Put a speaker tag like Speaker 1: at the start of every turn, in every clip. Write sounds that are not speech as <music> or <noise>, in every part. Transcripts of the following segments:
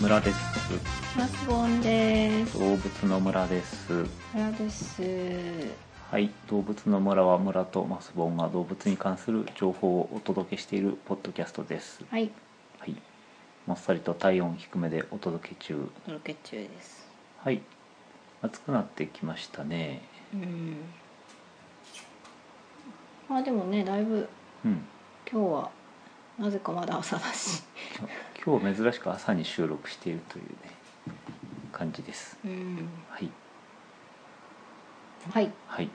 Speaker 1: 村です。
Speaker 2: マスボンです。
Speaker 1: 動物の村です。
Speaker 2: 村です。
Speaker 1: はい、動物の村は村とマスボンが動物に関する情報をお届けしているポッドキャストです。
Speaker 2: はい、
Speaker 1: はい、もっさりと体温低めでお届け中。
Speaker 2: お届け中です。
Speaker 1: はい、暑くなってきましたね。
Speaker 2: うん。まあでもね、だいぶ
Speaker 1: うん、
Speaker 2: 今日はなぜかまだ朝だし。
Speaker 1: 今日珍しく朝に収録しているというね感じです。
Speaker 2: うん。
Speaker 1: はい、
Speaker 2: はい。
Speaker 1: はい、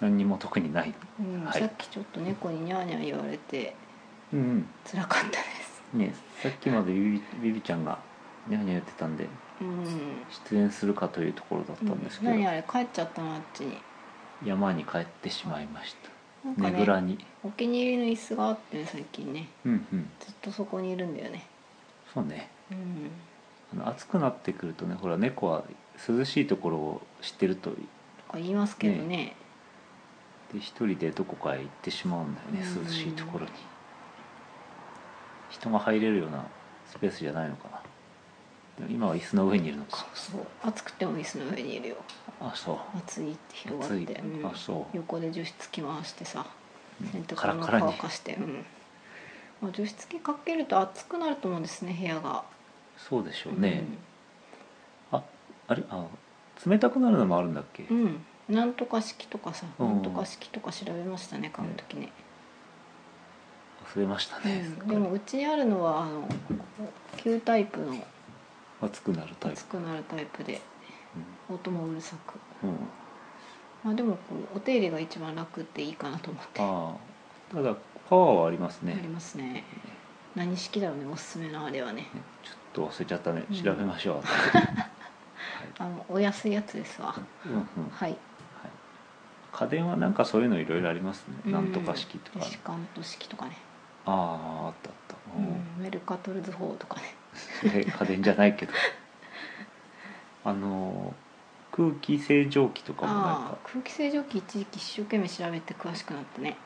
Speaker 1: 何にも特にない。
Speaker 2: うん、
Speaker 1: はい
Speaker 2: さっきちょっと猫にニャーニャー言われて
Speaker 1: うん、
Speaker 2: 辛かったです。
Speaker 1: うん、ね、さっきまでビビビビちゃんがニャーニャー言ってたんで。
Speaker 2: うん。
Speaker 1: 出演するかというところだったんですけど、
Speaker 2: 何あれ帰っちゃったなあっちに。
Speaker 1: 山に帰ってしまいました、
Speaker 2: なん
Speaker 1: ね
Speaker 2: か
Speaker 1: ぐら
Speaker 2: ね、
Speaker 1: に
Speaker 2: お気に入りの椅子があってね最近ね、
Speaker 1: うんうん
Speaker 2: ずっとそこにいるんだよね。
Speaker 1: そうね
Speaker 2: うん。
Speaker 1: あの暑くなってくるとねほら猫は涼しいところを知ってると
Speaker 2: とか言いますけどね
Speaker 1: で一人でどこかへ行ってしまうんだよね
Speaker 2: うん
Speaker 1: 涼しいところに人が入れるようなスペースじゃないのかなでも今は椅子の上にいるの
Speaker 2: そう
Speaker 1: か
Speaker 2: そう暑くても椅子の上にいるよ
Speaker 1: あそう
Speaker 2: 暑いって広が
Speaker 1: 暑
Speaker 2: っ
Speaker 1: い
Speaker 2: て、うん
Speaker 1: あそう
Speaker 2: 横で除湿機回してさ洗濯
Speaker 1: カラッ
Speaker 2: 物
Speaker 1: カラに
Speaker 2: 乾かして、うんまあ、除湿機かけると暑くなると思うんですね部屋が、
Speaker 1: そうでしょうね、ああれあ冷たくなるのもあるんだっけ、
Speaker 2: うん、うんなんとか式とかさ、
Speaker 1: うん
Speaker 2: なんとか式とか調べましたね買う時ね、
Speaker 1: 忘れましたね、すっ
Speaker 2: う
Speaker 1: か
Speaker 2: ん、
Speaker 1: り
Speaker 2: でもうちにあるのはあの旧タイプの
Speaker 1: 暑くなるタイプ
Speaker 2: 暑くなるタイプで音もうるさ
Speaker 1: う
Speaker 2: く
Speaker 1: んうん
Speaker 2: まあでもこうお手入れが一番楽っていいかなと思ってあ
Speaker 1: ああただパワーはありますね
Speaker 2: りますね何式だろうねおすすめのあれはね
Speaker 1: ねちょっと忘れちゃったね
Speaker 2: うん
Speaker 1: 調べましょう、
Speaker 2: あのお安いやつですわ <laughs>
Speaker 1: うんうんはい、
Speaker 2: はい
Speaker 1: 家電はなんかそういうのいろいろありますね、
Speaker 2: うん
Speaker 1: なんとか式とか、
Speaker 2: シカント式とかね、
Speaker 1: あああったあった、う
Speaker 2: う
Speaker 1: ん
Speaker 2: ん、メルカトルズ法とかね
Speaker 1: それ家電じゃ
Speaker 2: <laughs>
Speaker 1: ないけどあの空気清浄機とかもなん
Speaker 2: あ
Speaker 1: か
Speaker 2: あ空気清浄機一時期一生懸命調べて詳しくなってね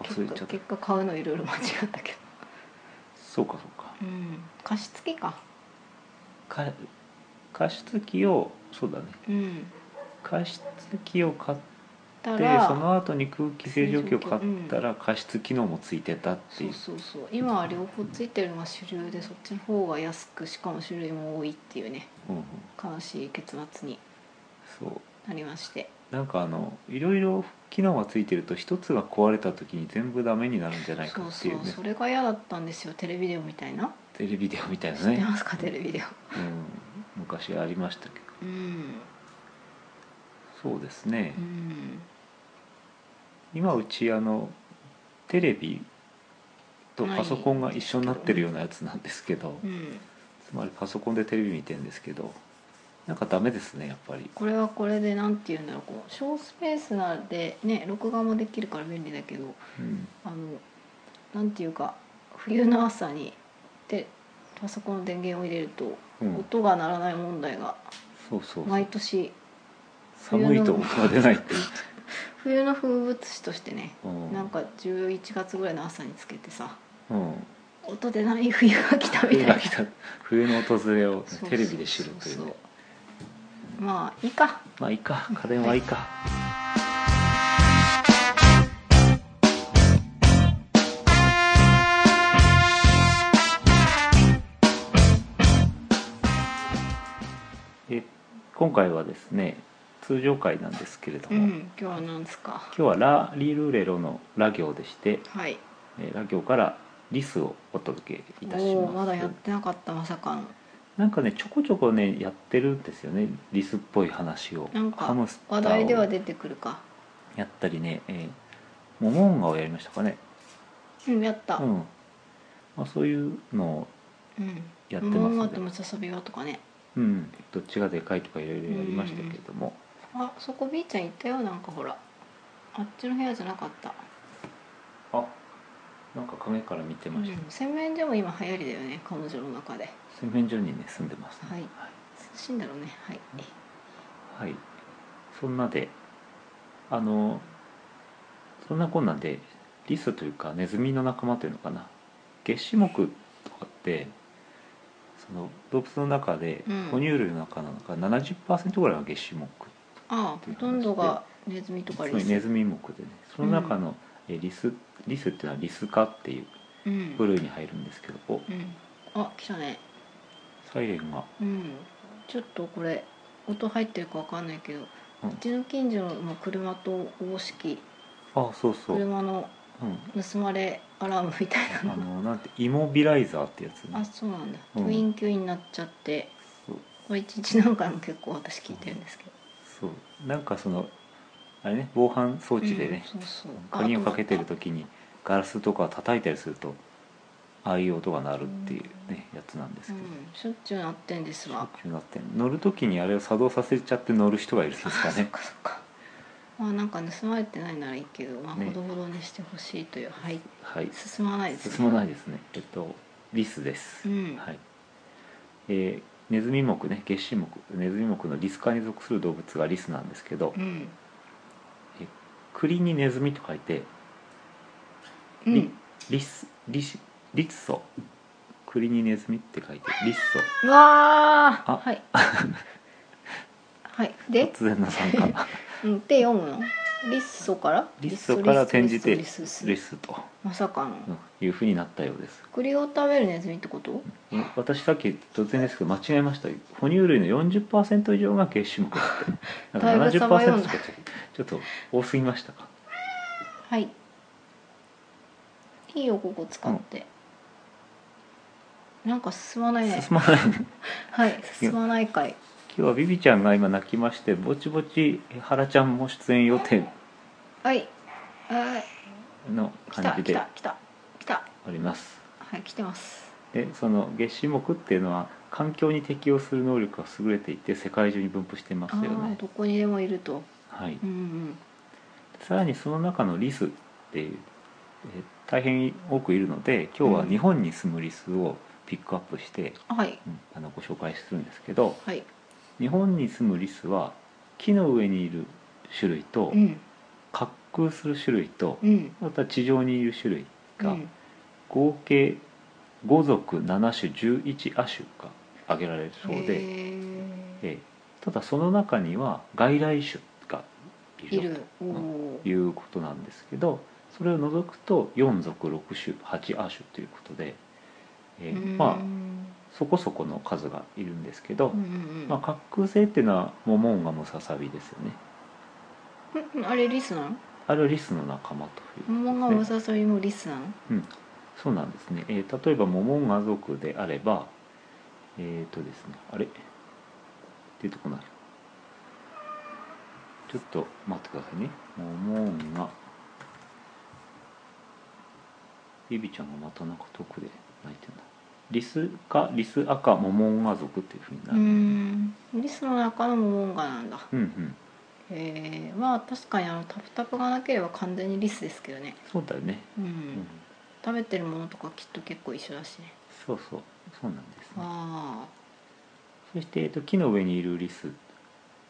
Speaker 1: 忘
Speaker 2: 結
Speaker 1: れちゃ
Speaker 2: 果
Speaker 1: った
Speaker 2: 結果買うのいろいろ間違ったけど、
Speaker 1: そうかそうか
Speaker 2: うん、加湿器か
Speaker 1: か加湿器をそうだね
Speaker 2: うん
Speaker 1: 加湿器を買っ
Speaker 2: だ
Speaker 1: て
Speaker 2: ら
Speaker 1: その後に空気清浄機を買ったら加湿機能もついてたって
Speaker 2: そ
Speaker 1: いう
Speaker 2: うそうそう今は両方ついてるのが主流でそっちの方が安くしかも種類も多いっていうね
Speaker 1: うんうん、
Speaker 2: 悲しい結末に
Speaker 1: そう
Speaker 2: なりまして
Speaker 1: なんかあのいろいろ機能がついてると一つが壊れた時に全部ダメになるんじゃないか
Speaker 2: そう
Speaker 1: って
Speaker 2: そ
Speaker 1: いう
Speaker 2: う
Speaker 1: ね
Speaker 2: それが嫌だったんですよテレビデオみたいな、
Speaker 1: テレビデオみたいな
Speaker 2: 知って
Speaker 1: ね、
Speaker 2: ますかテレビデオ
Speaker 1: うん、昔ありましたけど
Speaker 2: うん
Speaker 1: そうですね、
Speaker 2: うん
Speaker 1: 今うちあのテレビとパソコンが一緒になってるようなやつなんですけど、
Speaker 2: うん
Speaker 1: つまりパソコンでテレビ見てるんですけどなんかダメですねやっぱり
Speaker 2: これはこれでなんて言うんだろうこう小スペースなんでね録画もできるから便利だけど
Speaker 1: うん
Speaker 2: あのなんていうか冬の朝にでパソコンの電源を入れると
Speaker 1: うん
Speaker 2: 音が鳴らない問題が
Speaker 1: そうそう
Speaker 2: 毎年
Speaker 1: 寒いと音が出ないっていう、
Speaker 2: 冬の風物詩としてね
Speaker 1: うん、
Speaker 2: なんか11月ぐらいの朝につけてさ
Speaker 1: うん
Speaker 2: 音出ない冬が来たみ
Speaker 1: 冬
Speaker 2: たい
Speaker 1: が
Speaker 2: な
Speaker 1: 来た冬の訪れを
Speaker 2: そうそう
Speaker 1: テレビで知るというね
Speaker 2: そうそうまあいいか
Speaker 1: まあいいか家電はいいか、え今回はですね通常回なんですけれど
Speaker 2: う
Speaker 1: も、今
Speaker 2: ん今日はなんですか
Speaker 1: 日はラ・リルレロのラ行でして、
Speaker 2: はい
Speaker 1: えーラ行からリスをお届けいたし
Speaker 2: お
Speaker 1: ま
Speaker 2: ー
Speaker 1: す
Speaker 2: まだやってなかったまさかの
Speaker 1: なんかねちょこちょこねやってるんですよねリスっぽい話を
Speaker 2: なんか
Speaker 1: ハムスタ
Speaker 2: 話題で
Speaker 1: ー
Speaker 2: は
Speaker 1: を
Speaker 2: 出てくるか
Speaker 1: やったりね、えーモモンガをやりましたかね
Speaker 2: うんやった
Speaker 1: う
Speaker 2: うん
Speaker 1: ん、まあ、そういうのをやって
Speaker 2: モン
Speaker 1: ま
Speaker 2: ガ
Speaker 1: す
Speaker 2: と
Speaker 1: ね
Speaker 2: ムササビはとかね
Speaker 1: うんどっちがでかいとかいろいろやりましたけれども、
Speaker 2: あそこ B ちゃん行ったよなんかほらあっちの部屋じゃなかった、
Speaker 1: あなんか影から見て
Speaker 2: う
Speaker 1: ました、
Speaker 2: ん、洗面所も今流行りだよね彼女の中で
Speaker 1: 洗面所にね住んでます、
Speaker 2: はい涼しいんだろうねはい
Speaker 1: はい、そんなであのそんなこんなんでリスというかネズミの仲間というのかな月子目とかってその動物の中で
Speaker 2: うん
Speaker 1: 哺乳類の中の中70%ぐらいはげ種目
Speaker 2: ああほとんどがネズミと
Speaker 1: つ
Speaker 2: か
Speaker 1: ま
Speaker 2: リ
Speaker 1: りネ
Speaker 2: ス、
Speaker 1: ズミ目でねその中の、えーリスリスっていうのはリス科っていう
Speaker 2: うん
Speaker 1: 部類に入るんですけどお
Speaker 2: うん、あ来たね
Speaker 1: サイレンが
Speaker 2: うんちょっとこれ音入ってるかわかんないけど、う
Speaker 1: うん
Speaker 2: ちの近所の車と大式
Speaker 1: あそうそう、うん、
Speaker 2: 車の盗まれアラームみたいな
Speaker 1: あのなんてイモビライザーってやつ
Speaker 2: あ
Speaker 1: ね
Speaker 2: そうなんだ、
Speaker 1: うん
Speaker 2: クイーンキュインになっちゃって
Speaker 1: そう
Speaker 2: これ一日何回も結構私聞いてるんですけど
Speaker 1: そうなんかそのあれね防犯装置でね、
Speaker 2: うんそうそう
Speaker 1: 鍵をかけてる時にガラスとか叩いたりするとああいう音が鳴るっていうねやつなんです
Speaker 2: う
Speaker 1: けど、
Speaker 2: んしょっちゅうなってんですわ
Speaker 1: 気になってん乗る時にあれを作動させちゃって乗る人がいるんですか
Speaker 2: あそっ
Speaker 1: ね
Speaker 2: かそっかまあなんか盗まれてないならいいけど、まあ、
Speaker 1: ね
Speaker 2: ほどほどにしてほしいという、はい
Speaker 1: <laughs> はい
Speaker 2: 進まないです
Speaker 1: 進まないですねえっとリスです、
Speaker 2: うん
Speaker 1: はいえーネズミ目ね月種目ネズミ目のリス科に属する動物がリスなんですけど、
Speaker 2: うん
Speaker 1: 栗にネズミと書いて
Speaker 2: う
Speaker 1: リ
Speaker 2: ん
Speaker 1: リスリスリッソ栗にネズミって書いてリッソ
Speaker 2: うわー
Speaker 1: あ
Speaker 2: はいはいで、
Speaker 1: 突然の参
Speaker 2: <laughs>
Speaker 1: 加
Speaker 2: うん、で読むのリッソから
Speaker 1: リッソから転じて
Speaker 2: リスス
Speaker 1: リスと
Speaker 2: まさかの
Speaker 1: うんいうふうになったようです
Speaker 2: 栗を食べるネズミってこと
Speaker 1: うん私さっき突然ですけど間違えました哺乳類の40%以上が月種目だって
Speaker 2: <laughs> だいぶ
Speaker 1: なんか
Speaker 2: さまよう
Speaker 1: 70%
Speaker 2: な
Speaker 1: しかちょっと多すぎましたか
Speaker 2: はいいいよここ使って、なんか進まないね
Speaker 1: 進まないね
Speaker 2: はい進まないかい
Speaker 1: 今日はビビちゃんが今泣きましてぼちぼちハラちゃんも出演予定
Speaker 2: はいはい
Speaker 1: の
Speaker 2: 来
Speaker 1: 感
Speaker 2: た
Speaker 1: じ
Speaker 2: 来
Speaker 1: で
Speaker 2: た
Speaker 1: あ
Speaker 2: 来た来た
Speaker 1: ります
Speaker 2: はい来てます
Speaker 1: でその月種目っていうのは環境に適応する能力が優れていて世界中に分布してます
Speaker 2: あ
Speaker 1: よ
Speaker 2: あ
Speaker 1: ね
Speaker 2: どこにでもいると
Speaker 1: はい
Speaker 2: うんうん
Speaker 1: さらにその中のリスっていうえー大変多くいるので今日は日本に住むリスをピックアップして、
Speaker 2: はい
Speaker 1: うんあのご紹介するんですけど
Speaker 2: はい
Speaker 1: 日本に住むリスは木の上にいる種類と
Speaker 2: うん
Speaker 1: 滑空する種類と
Speaker 2: うん
Speaker 1: また地上にいる種類
Speaker 2: う
Speaker 1: が
Speaker 2: ん
Speaker 1: 合計5族7種11亜種が挙げられるそう
Speaker 2: へ
Speaker 1: で、
Speaker 2: え
Speaker 1: えーただその中には外来種がい
Speaker 2: い
Speaker 1: る
Speaker 2: るおお
Speaker 1: ということなんですけどそれを除くと4族6種8亜種ということで、えーまあそこそこの数がいるんですけど、まあ、
Speaker 2: あ
Speaker 1: 滑空性っていうのはモモンガムササビですよね
Speaker 2: あれリスなの
Speaker 1: あれはリスの仲間という、
Speaker 2: 桃がムササビもリスなの
Speaker 1: そうなんですね、えー例えばモモンガ族であればえっ、とですねあれ出てこないちょっと待ってくださいねモモンガビビちゃんがまたなんか遠くで泣いてるなリスかリス赤モモンガ族っていうふうにな
Speaker 2: う
Speaker 1: る、
Speaker 2: んリスの中のモモンガなんだ
Speaker 1: うんうん
Speaker 2: へえまあ確かにあのタプタプがなければ完全にリスですけどね
Speaker 1: そうだよね、
Speaker 2: うん、
Speaker 1: うん、
Speaker 2: 食べてるものとかきっと結構一緒だしね
Speaker 1: そうそうそうなんですね
Speaker 2: あ
Speaker 1: そして、えっと、木の上にいるリス、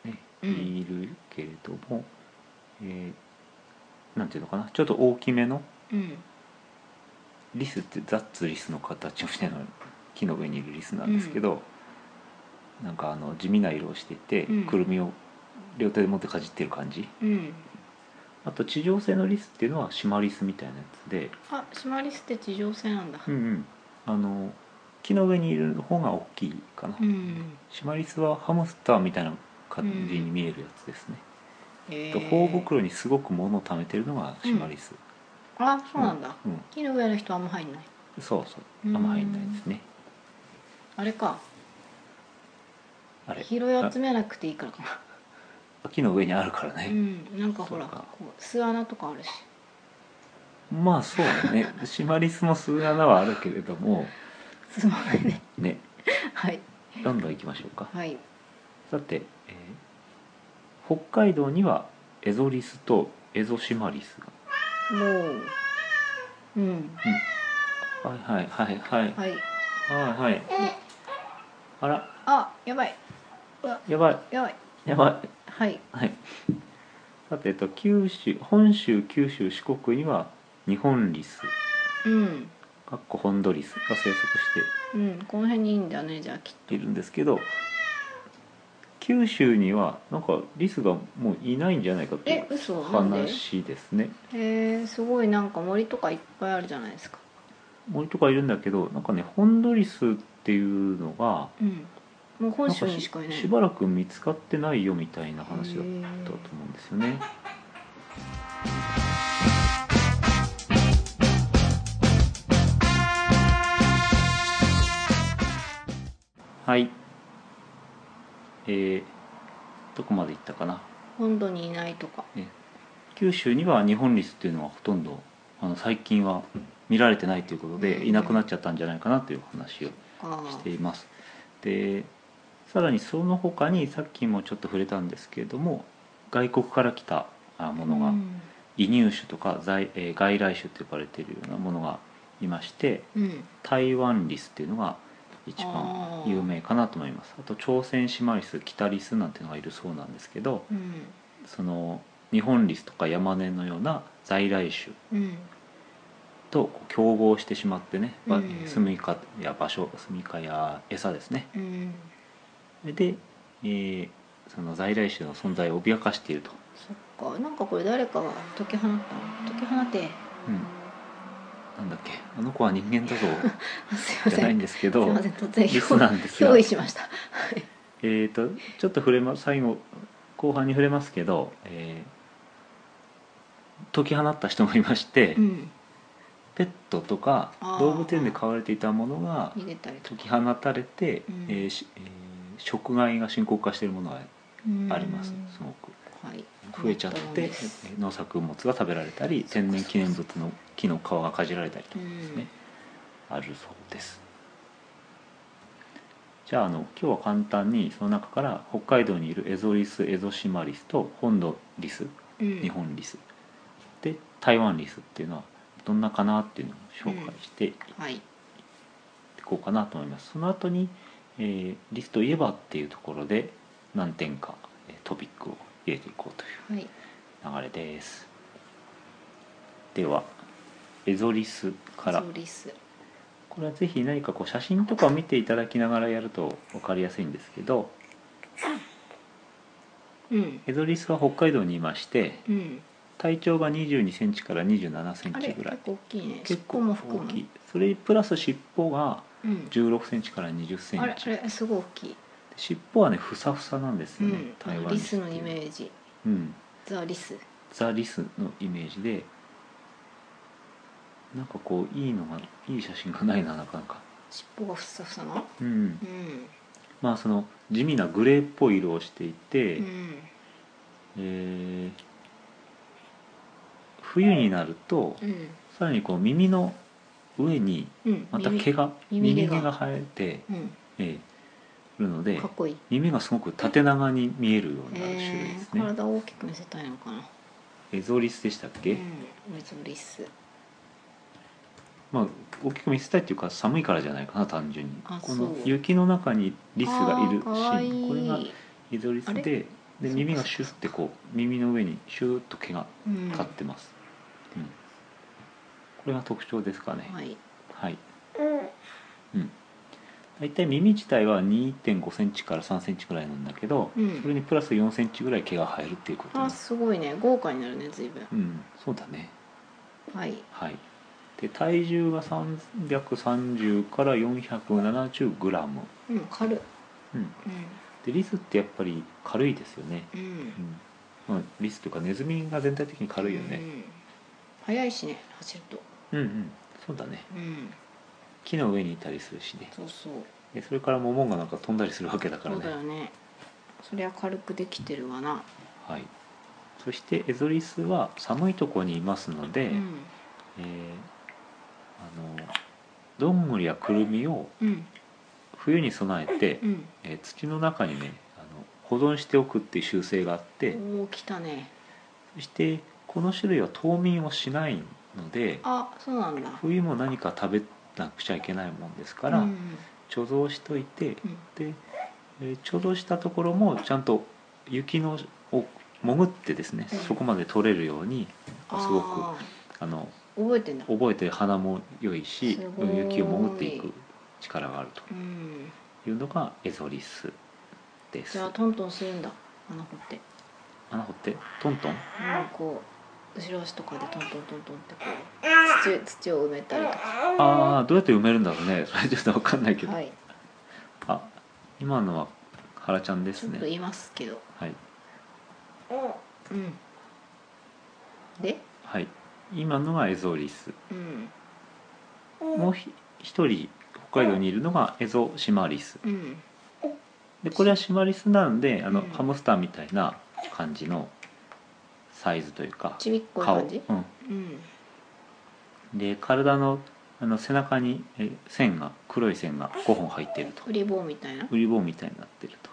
Speaker 1: ね
Speaker 2: うん
Speaker 1: いるけれども、えーなんていうのかなちょっと大きめの
Speaker 2: あうん
Speaker 1: リスってザッツリスの形をしてるの木の上にいるリスなんですけど、なんかあの地味な色をしていて、
Speaker 2: うん
Speaker 1: くるみを両手で持ってかじってる感じ
Speaker 2: うん
Speaker 1: あと地上性のリスっていうのはシマリスみたいなやつで、
Speaker 2: あシマリスって地上性なんだ
Speaker 1: うんうん、あの木の上にいる方が大きいかな、
Speaker 2: うん
Speaker 1: シマリスはハムスターみたいな感じに見えるやつですね、
Speaker 2: へえ
Speaker 1: と頬袋にすごく物を貯めてるのがシマリス、
Speaker 2: あそうなんだ、
Speaker 1: うん
Speaker 2: 木の上の人あんま入んない
Speaker 1: そうそう
Speaker 2: うん
Speaker 1: あんま入んないですね
Speaker 2: あれか
Speaker 1: あれ
Speaker 2: 拾い集めなくていいからかな
Speaker 1: あ木の上にあるから
Speaker 2: う
Speaker 1: ね、
Speaker 2: んなんかほら
Speaker 1: そうか
Speaker 2: こう巣穴とかあるし
Speaker 1: まあそうだねシマリスも吸う穴はあるけれども
Speaker 2: すまないね <laughs>
Speaker 1: ね
Speaker 2: はい
Speaker 1: どんどん行きましょうか
Speaker 2: はい
Speaker 1: さて、えー北海道にはエゾリスとエゾシマリス
Speaker 2: もううん
Speaker 1: がはいはいはいはい
Speaker 2: は
Speaker 1: は
Speaker 2: い
Speaker 1: いはいあら
Speaker 2: あやばい
Speaker 1: やばい
Speaker 2: やばい
Speaker 1: やばい
Speaker 2: はい
Speaker 1: はいさて、えっと、九州本州九州四国には日本リス
Speaker 2: うん
Speaker 1: かっこホンドリスが生息し
Speaker 2: うんこの辺にいいんだねじゃあきって
Speaker 1: いるんですけど九州にはなんかリスがもういないんじゃないかと
Speaker 2: と
Speaker 1: いう
Speaker 2: え嘘なんで
Speaker 1: 話ですね
Speaker 2: えー、すごいなんか森とかいっぱいあるじゃないですか
Speaker 1: 森とかいるんだけどなんかねホンドリスっていうのが
Speaker 2: うんもう本
Speaker 1: なん
Speaker 2: 州
Speaker 1: かし
Speaker 2: にしかいない
Speaker 1: しばらく見つかってないよみたいな話だったと思うんですよね。はい。えー、どこまで行ったかな。
Speaker 2: 本土にいないとか
Speaker 1: 九州には日本リスっていうのはほとんどあの最近は見られてないということでいなくなっちゃったんじゃないかなという話を
Speaker 2: ああ
Speaker 1: していますでさらにその他にさっきもちょっと触れたんですけれども外国から来たあものが
Speaker 2: うん
Speaker 1: 移入種とか在、えー外来種と呼ばれているようなものがいまして
Speaker 2: うん
Speaker 1: 台湾リスっていうのが一番有名かなと思いますあと朝鮮シマリスキタリスなんていうのがいるそうなんですけど
Speaker 2: うん
Speaker 1: その日本リスとかヤマネのような在来種
Speaker 2: うん
Speaker 1: とこう競合してしまってね、ば
Speaker 2: うん
Speaker 1: 住みかや場所住みかや餌ですね
Speaker 2: うん
Speaker 1: で、えーその在来種の存在を脅かしていると、
Speaker 2: そっかなんかこれ誰かが解き放ったの解き放て
Speaker 1: うん、なんだっけあの子は人間だぞ
Speaker 2: あすいま
Speaker 1: じゃな
Speaker 2: せ
Speaker 1: いん
Speaker 2: んす
Speaker 1: ですけ
Speaker 2: い <laughs>
Speaker 1: ど
Speaker 2: ません突然
Speaker 1: リスなんですが
Speaker 2: 憑依しましたはい
Speaker 1: えーとちょっと触れま最後後半に触れますけど、えー解き放った人もいまして、
Speaker 2: うん
Speaker 1: ペットとか
Speaker 2: あー
Speaker 1: 動物園で飼われていたものが
Speaker 2: 逃げたりとか
Speaker 1: 解き放たれて、
Speaker 2: うん
Speaker 1: えーしえー食害が深刻化しているものがあります、
Speaker 2: うん
Speaker 1: すごく。
Speaker 2: はい
Speaker 1: 増えちゃっ
Speaker 2: 困たもん
Speaker 1: て
Speaker 2: です
Speaker 1: 農作物が食べられたり天然記念物の木の皮がかじられたりと
Speaker 2: う
Speaker 1: かですね
Speaker 2: ん、
Speaker 1: あるそうですじゃああの今日は簡単にその中から北海道にいるエゾリスエゾシマリスと本土リス
Speaker 2: うん
Speaker 1: 日本リスで台湾リスっていうのはどんなかなっていうのを紹介してい
Speaker 2: はい
Speaker 1: こうかなと思いますその後に、えーリスといえばっていうところで何点かえートピックを入れていこうという
Speaker 2: は
Speaker 1: 流
Speaker 2: い
Speaker 1: れですではエゾリスから
Speaker 2: ゾウリス
Speaker 1: これはぜひ何かこう写真とかを見ていただきながらやると分かりやすいんですけど
Speaker 2: うん
Speaker 1: エゾリスは北海道にいまして
Speaker 2: うん
Speaker 1: 体長が2 2センチから2 7セン
Speaker 2: あ
Speaker 1: チ
Speaker 2: れ
Speaker 1: ぐ
Speaker 2: 結
Speaker 1: らい
Speaker 2: 構大きいね尻尾も含
Speaker 1: 大
Speaker 2: む
Speaker 1: きいそれプラス尻尾が
Speaker 2: うん
Speaker 1: 1 6センチから2 0セ
Speaker 2: あ
Speaker 1: ン
Speaker 2: れあ
Speaker 1: チ
Speaker 2: れすごい大きい、
Speaker 1: 尻尾はねふさふさなんです
Speaker 2: う
Speaker 1: よね、
Speaker 2: ん
Speaker 1: 台、湾
Speaker 2: リスの
Speaker 1: って
Speaker 2: イ
Speaker 1: いう
Speaker 2: メージ
Speaker 1: うん
Speaker 2: ザ・リス
Speaker 1: ザ・リスのイメージでなんかこういいのがいい写真がないななかなか
Speaker 2: 尻尾がふさふさな
Speaker 1: うん
Speaker 2: うん
Speaker 1: まあその地味なグレーっぽい色をしていて、
Speaker 2: うん
Speaker 1: えー冬になると
Speaker 2: うん
Speaker 1: さらにこう耳の上に
Speaker 2: うん
Speaker 1: また
Speaker 2: 耳
Speaker 1: 毛が
Speaker 2: 耳
Speaker 1: 耳毛
Speaker 2: 毛が
Speaker 1: が生えて、
Speaker 2: うん
Speaker 1: えーいるので
Speaker 2: かっこいい
Speaker 1: 耳がすごく縦長に見えるようになる種類
Speaker 2: え
Speaker 1: です
Speaker 2: ー、
Speaker 1: ね、
Speaker 2: 体を大きく見せたいのかな
Speaker 1: エゾリスでしたっけ、
Speaker 2: うんメゾリス
Speaker 1: まあ大きく見せたいっていうか寒いからじゃないかな単純に
Speaker 2: あ
Speaker 1: この
Speaker 2: そう
Speaker 1: 雪の中にリスがいるシ
Speaker 2: あかわ
Speaker 1: ー
Speaker 2: い
Speaker 1: ン
Speaker 2: い
Speaker 1: これがエゾリス
Speaker 2: あれ
Speaker 1: でで
Speaker 2: そうか
Speaker 1: 耳がシュッてこう耳の上にシューッと毛が
Speaker 2: うん
Speaker 1: 立ってます、うんこれが特徴ですかね
Speaker 2: はい
Speaker 1: はい、うん、大体耳自体は2 5センチから3センチぐらいなんだけど、
Speaker 2: うん
Speaker 1: それにプラス4センチぐらい毛が生えるっていうこと
Speaker 2: あ
Speaker 1: です
Speaker 2: すごいね豪華になるね随分
Speaker 1: うんそうだね
Speaker 2: はい
Speaker 1: はいで体重が330から470グラム、
Speaker 2: うん軽い
Speaker 1: うん、
Speaker 2: う
Speaker 1: でリスってやっぱり軽いですよね、
Speaker 2: んうん
Speaker 1: うんまあ、リスというかネズミが全体的に軽いよね、
Speaker 2: うん速いしね走ると
Speaker 1: うん、うんそうだね
Speaker 2: うん
Speaker 1: 木の上にいたりするしね
Speaker 2: そうそう
Speaker 1: でそれからモモンガなんか飛んだりするわけだから
Speaker 2: そう
Speaker 1: ね
Speaker 2: だよねそりゃ軽くできてるわな
Speaker 1: はい、そしてエゾリスは寒いところにいますので、
Speaker 2: うん
Speaker 1: えーあのどんぐりやくるみを
Speaker 2: うん
Speaker 1: 冬に備えて、
Speaker 2: うん
Speaker 1: えー土の中にねあの保存しておくっていう習性があって、
Speaker 2: おお来たね
Speaker 1: そしてこの種類は冬眠をしないので
Speaker 2: あそうなんだ
Speaker 1: 冬も何か食べなくちゃいけないもんですから、
Speaker 2: うん
Speaker 1: 貯蔵しといて
Speaker 2: うん
Speaker 1: で、えー貯蔵したところもちゃんと雪のを潜ってですね、
Speaker 2: うん
Speaker 1: そこまで取れるようにすごく
Speaker 2: あ
Speaker 1: あの
Speaker 2: 覚えてんだ
Speaker 1: 覚えて鼻も良いし
Speaker 2: すごい
Speaker 1: 雪を潜っていく力がある
Speaker 2: うん
Speaker 1: というのがエゾリスです
Speaker 2: じゃあトントンするんだ穴掘って
Speaker 1: 穴掘ってトントン
Speaker 2: なんかこう後ろ足とかでトントントントンってこう土土を埋めたりとか
Speaker 1: ああどうやって埋めるんだろうね <laughs> それちょっと分かんないけど、
Speaker 2: はい
Speaker 1: あ今のは原ちゃんです
Speaker 2: ちょっ
Speaker 1: ね
Speaker 2: と言いますけど
Speaker 1: はい、
Speaker 2: うんで
Speaker 1: はい、今のがエゾリス
Speaker 2: うん
Speaker 1: もうひ一人北海道にいるのがエゾシマリス
Speaker 2: うん
Speaker 1: でこれはシマリスなんであの、
Speaker 2: うん
Speaker 1: ハムスターみたいな感じのサイズというか
Speaker 2: ちびっこい
Speaker 1: 顔、う
Speaker 2: 感じ
Speaker 1: ん、
Speaker 2: うん
Speaker 1: で体のあの背中にえ線が黒い線が5本入っていると
Speaker 2: ウリ棒みたいな
Speaker 1: ウリ棒みたいになっていると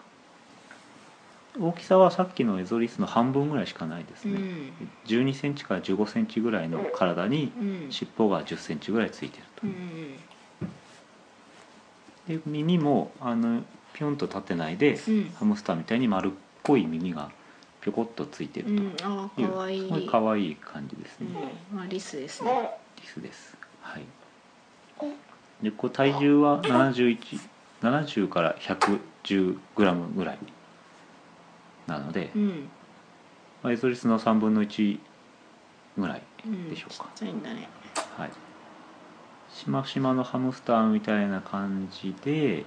Speaker 1: 大きさはさっきのエゾリスの半分ぐらいしかないです
Speaker 2: う
Speaker 1: ね、
Speaker 2: ん
Speaker 1: 1 2ンチから1 5ンチぐらいの体に
Speaker 2: うん
Speaker 1: 尻尾が1 0ンチぐらいついていると、
Speaker 2: うん
Speaker 1: で耳もあのピョンと立ってないで、
Speaker 2: うん
Speaker 1: ハムスターみたいに丸っこい耳がぴょこっとついて
Speaker 2: う
Speaker 1: る
Speaker 2: んあ
Speaker 1: とい
Speaker 2: ー
Speaker 1: う、
Speaker 2: かわい
Speaker 1: すごい
Speaker 2: い
Speaker 1: 可愛い感じです
Speaker 2: う
Speaker 1: ね、
Speaker 2: ん
Speaker 1: リ
Speaker 2: まあリスですね
Speaker 1: スですはいでこう体重は7170から1 1 0ムぐらいなので
Speaker 2: う、ん
Speaker 1: まあ、エゾリスの3分の1ぐらい、
Speaker 2: うん
Speaker 1: でしょうか
Speaker 2: ちっちゃいんだね
Speaker 1: はい、しましまのハムスターみたいな感じで、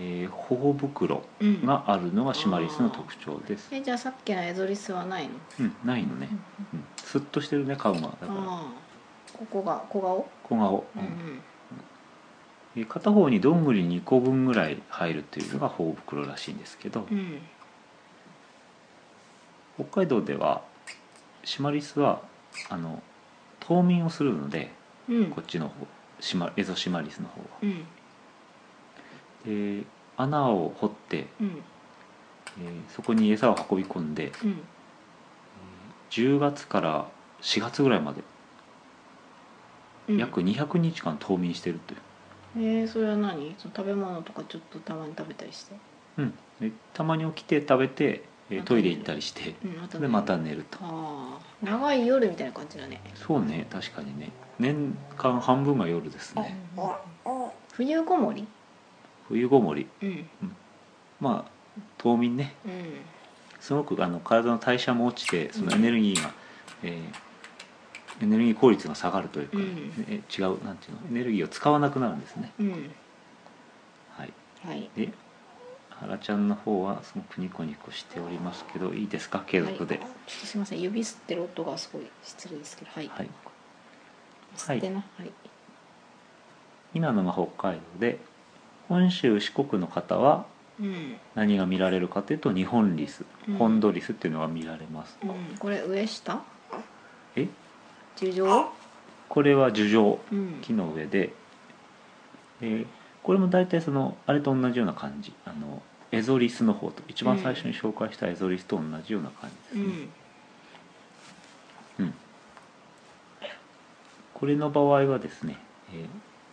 Speaker 1: えー、頬袋
Speaker 2: うん
Speaker 1: があるのがシマリスの特徴です。
Speaker 2: えじゃあさっきのエゾリスはないの
Speaker 1: うん、ないのね。うん、スッとしてるね顔がだから
Speaker 2: ああここが小顔
Speaker 1: 小顔、
Speaker 2: う
Speaker 1: うん
Speaker 2: うん
Speaker 1: んえ片方にどんぐり2個分ぐらい入るというのが頬袋らしいんですけど、
Speaker 2: うん
Speaker 1: 北海道ではシマリスはあの冬眠をするので
Speaker 2: うん
Speaker 1: こっちの方シマエゾシマリスの方は。
Speaker 2: うん
Speaker 1: で穴を掘って、
Speaker 2: うん
Speaker 1: えーそこに餌を運び込んで
Speaker 2: うん
Speaker 1: 10月から4月ぐらいまで
Speaker 2: うん
Speaker 1: 約200日間冬眠してるという。
Speaker 2: えー、それは何その食べ物とかちょっとたまに食べたりして
Speaker 1: うん、でたまに起きて食べて、えー
Speaker 2: また
Speaker 1: トイレ行ったりして
Speaker 2: うんまた
Speaker 1: でまた寝ると
Speaker 2: ああ長い夜みたいな感じだね
Speaker 1: そうね確かにね年間半分が夜ですね
Speaker 2: 冬ごもり
Speaker 1: 冬ごもり
Speaker 2: うん
Speaker 1: まあ冬眠ね
Speaker 2: うん
Speaker 1: すごくあの体の代謝も落ちてそのエネルギーが、えーエネルギー効率が下がるというか、
Speaker 2: うん
Speaker 1: え違うなんていうのエネルギーを使わなくなるんですね
Speaker 2: うん
Speaker 1: はい
Speaker 2: はい
Speaker 1: で原ちゃんの方はすごくニコニコしておりますけどいいですか継続で
Speaker 2: はい、ちょっとすいません指吸ってる音がすごい失礼ですけどはい、
Speaker 1: はい
Speaker 2: 吸ってなはい、
Speaker 1: 今のが北海道で本州四国の方は
Speaker 2: うん
Speaker 1: 何が見られるかというと日本リス
Speaker 2: うん
Speaker 1: 本土リスっていうのが見られます、
Speaker 2: うん、これ上下
Speaker 1: え
Speaker 2: 樹状
Speaker 1: これは樹状
Speaker 2: うん
Speaker 1: 木の上で、えーこれも大体そのあれと同じような感じあのエゾリスの方と一番最初に紹介したエゾリスと同じような感
Speaker 2: う
Speaker 1: じですね、
Speaker 2: ん
Speaker 1: これの場合はですね、えー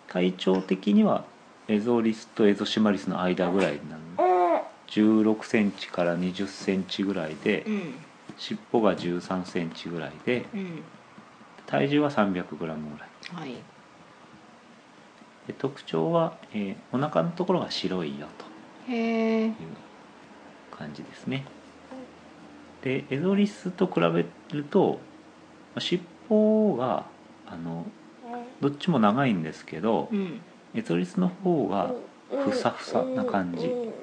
Speaker 1: 体長的にはエゾリスとエゾシマリスの間ぐらいなの1 6ンチから2 0ンチぐらいで
Speaker 2: うん
Speaker 1: 尻尾が1 3ンチぐらいで
Speaker 2: うん
Speaker 1: 体重は3 0 0ムぐらい
Speaker 2: はい
Speaker 1: で特徴は、えーお腹のところが白いよ
Speaker 2: へえ
Speaker 1: という感じですねでエゾリスと比べるとまあ尻尾があのどっちも長いんですけど
Speaker 2: うん
Speaker 1: エゾリスの方がふさふさな感じ、
Speaker 2: う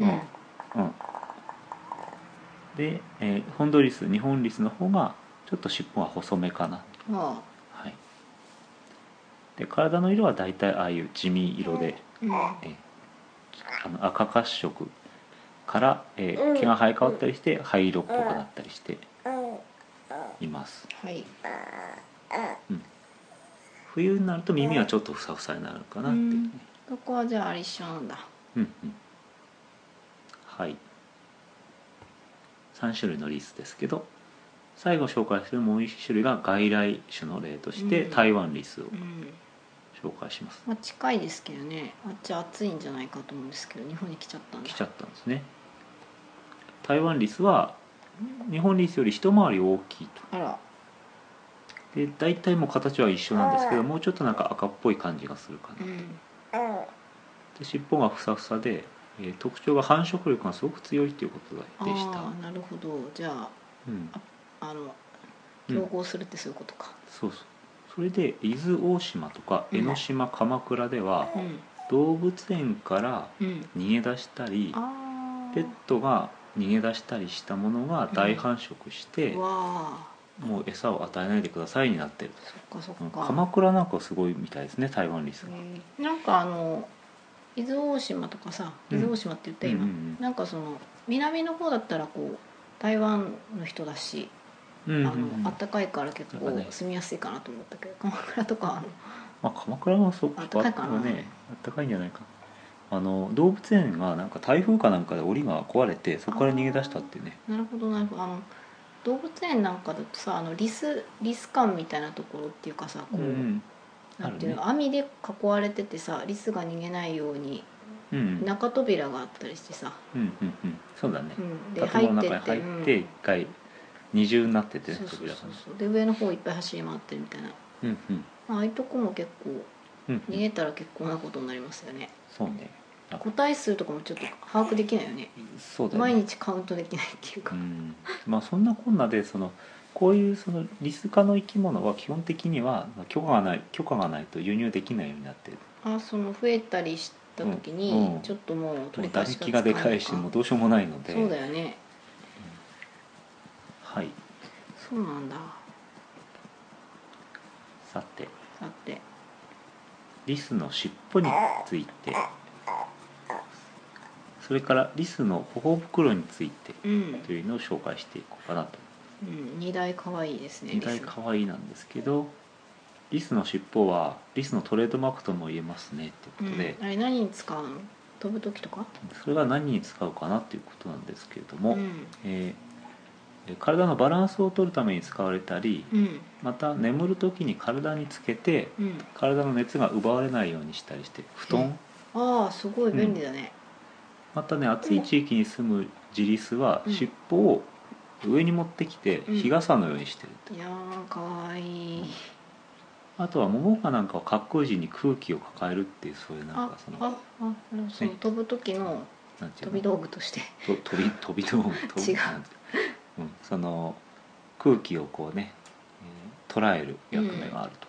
Speaker 1: うんんうん、で、えーホンドリス日本リスの方がちょっと尻尾が細めかな
Speaker 2: ああ
Speaker 1: はいで体の色は大体ああいう地味色で
Speaker 2: う
Speaker 1: え
Speaker 2: ん
Speaker 1: ーあの赤褐色から、えー
Speaker 3: うん
Speaker 1: 毛が生え変わったりして灰色っぽくなったりしています
Speaker 2: はい
Speaker 1: 冬になると耳はちょっとふさふさになるかなっていうね
Speaker 2: そこはじゃああれ一緒なんだ
Speaker 1: うんうんはい3種類のリスですけど最後紹介するもう1種類が外来種の例として
Speaker 2: うん
Speaker 1: 台湾リスを
Speaker 2: うん
Speaker 1: 紹介します、
Speaker 2: まあ近いですけどねあっち暑いんじゃないかと思うんですけど日本に来ちゃったんだ
Speaker 1: 来ちゃったんですね台湾リスは日本リスより一回り大きいと
Speaker 2: あら
Speaker 1: で大体もう形は一緒なんですけど
Speaker 3: うん
Speaker 1: もうちょっとなんか赤っぽい感じがするかな
Speaker 2: うん
Speaker 1: で尻尾がふさふさで、えー特徴が繁殖力がすごく強いということでした
Speaker 2: ああなるほどじゃあ
Speaker 1: うん
Speaker 2: あの
Speaker 1: うん
Speaker 2: 競合するってそういうことか、
Speaker 1: そうそうそれで伊豆大島とか江ノ島鎌倉では
Speaker 2: うん
Speaker 1: 動物園から
Speaker 2: うん、
Speaker 1: 逃げ出したり
Speaker 2: ああ
Speaker 1: ペットが逃げ出したりしたものが大繁殖して、
Speaker 2: わあ
Speaker 1: もう餌を与えないでくださいになってる
Speaker 2: そっかそっ
Speaker 1: うん
Speaker 2: か、
Speaker 1: 鎌倉なんかすごいみたいですね台湾リスが、
Speaker 2: うんなんかあの伊豆大島とかさ伊
Speaker 1: うん
Speaker 2: 豆大島って言った今、
Speaker 1: うんうん
Speaker 2: なんかその南の方だったらこう台湾の人だし、
Speaker 1: うんうんうん
Speaker 2: あの暖かいから結構
Speaker 1: なんかね
Speaker 2: 住みやすいかなと思っ
Speaker 1: <laughs>
Speaker 2: たけど鎌倉とかあの
Speaker 1: まあ、鎌倉はそう
Speaker 2: あったかいかな
Speaker 1: あったねあったかいんじゃないかあの動物園がなんか台風かなんかで檻が壊れてそこから逃げ出したってね
Speaker 2: なるほどなるほどあの動物園なんかだとさあのリスリス館みたいなところっていうかさこ
Speaker 1: う
Speaker 2: う、
Speaker 1: ん
Speaker 2: なんていうの、
Speaker 1: あ
Speaker 2: 網で囲われててさリスが逃げないように
Speaker 1: うんうん
Speaker 2: 中扉があったりしてさ、
Speaker 1: うんうんうんそうだね
Speaker 2: うん、で
Speaker 1: 建
Speaker 2: 入
Speaker 1: 物の
Speaker 2: って
Speaker 1: 中に
Speaker 2: って
Speaker 1: 入って一回二重になってて
Speaker 2: うん
Speaker 1: ね
Speaker 2: そうそう
Speaker 1: 扉
Speaker 2: そう
Speaker 1: が
Speaker 2: そうで上の方いっぱい走り回ってるみたいな、
Speaker 1: うんうん
Speaker 2: まあああいうとこも結構
Speaker 1: うんう
Speaker 2: 逃
Speaker 1: ん
Speaker 2: げたら結構なことになりますよね
Speaker 1: そうねあ
Speaker 2: 個体数とかもちょっと把握できないよね
Speaker 1: そうだ
Speaker 2: 毎
Speaker 1: ね
Speaker 2: 日カウントできないっていう
Speaker 1: う
Speaker 2: か、
Speaker 1: んまあそんなこんなでそのこういうそのリス科の生き物は基本的には許可がない許可がないと輸入できないようになってる
Speaker 2: あその増えたりした時
Speaker 1: うん
Speaker 2: に
Speaker 1: うん
Speaker 2: ちょっともう
Speaker 1: も
Speaker 2: 取
Speaker 1: う
Speaker 2: り
Speaker 1: 打
Speaker 2: 返し
Speaker 1: 撃
Speaker 2: が
Speaker 1: がで
Speaker 2: つかな
Speaker 1: か
Speaker 2: い
Speaker 1: い
Speaker 2: と
Speaker 1: し
Speaker 2: か
Speaker 1: もうどうしようもないので
Speaker 2: そうだよね
Speaker 1: はい
Speaker 2: そうなんだ
Speaker 1: さて
Speaker 2: さて
Speaker 1: リスの尻尾についてそれからリスの頬袋について
Speaker 2: うん
Speaker 1: と、いうのを紹介していこうかなと
Speaker 2: うん、二大可愛いですね
Speaker 1: 二大可愛いなんですけどリスの尻尾はリスのトレードマークとも言えますねということで
Speaker 2: う、ん、あれ何に使うの飛ぶ時とか
Speaker 1: それが何に使うかなということなんですけれども、
Speaker 2: うん
Speaker 1: えー体のバランスを取るために使われたり
Speaker 2: うん
Speaker 1: また眠る時に体につけて
Speaker 2: うん
Speaker 1: 体の熱が奪われないようにしたりして布団、
Speaker 2: うんああすごい便利だね、
Speaker 1: またね暑い地域に住むジリスは
Speaker 2: うん
Speaker 1: 尻尾を上に持ってきて
Speaker 2: うん
Speaker 1: 日傘のようにしてる、
Speaker 2: いやーかわいい
Speaker 1: あとは桃花なんかは滑空時に空気を抱えるっていうそういうなん
Speaker 2: あ
Speaker 1: かその
Speaker 2: ああその飛ぶ時の
Speaker 1: なんていう
Speaker 2: 飛
Speaker 1: の
Speaker 2: び道具として
Speaker 1: と飛び飛び道具飛び
Speaker 2: <laughs> 違う
Speaker 1: なんていううん、その空気をこうね、えー捉える役目があると、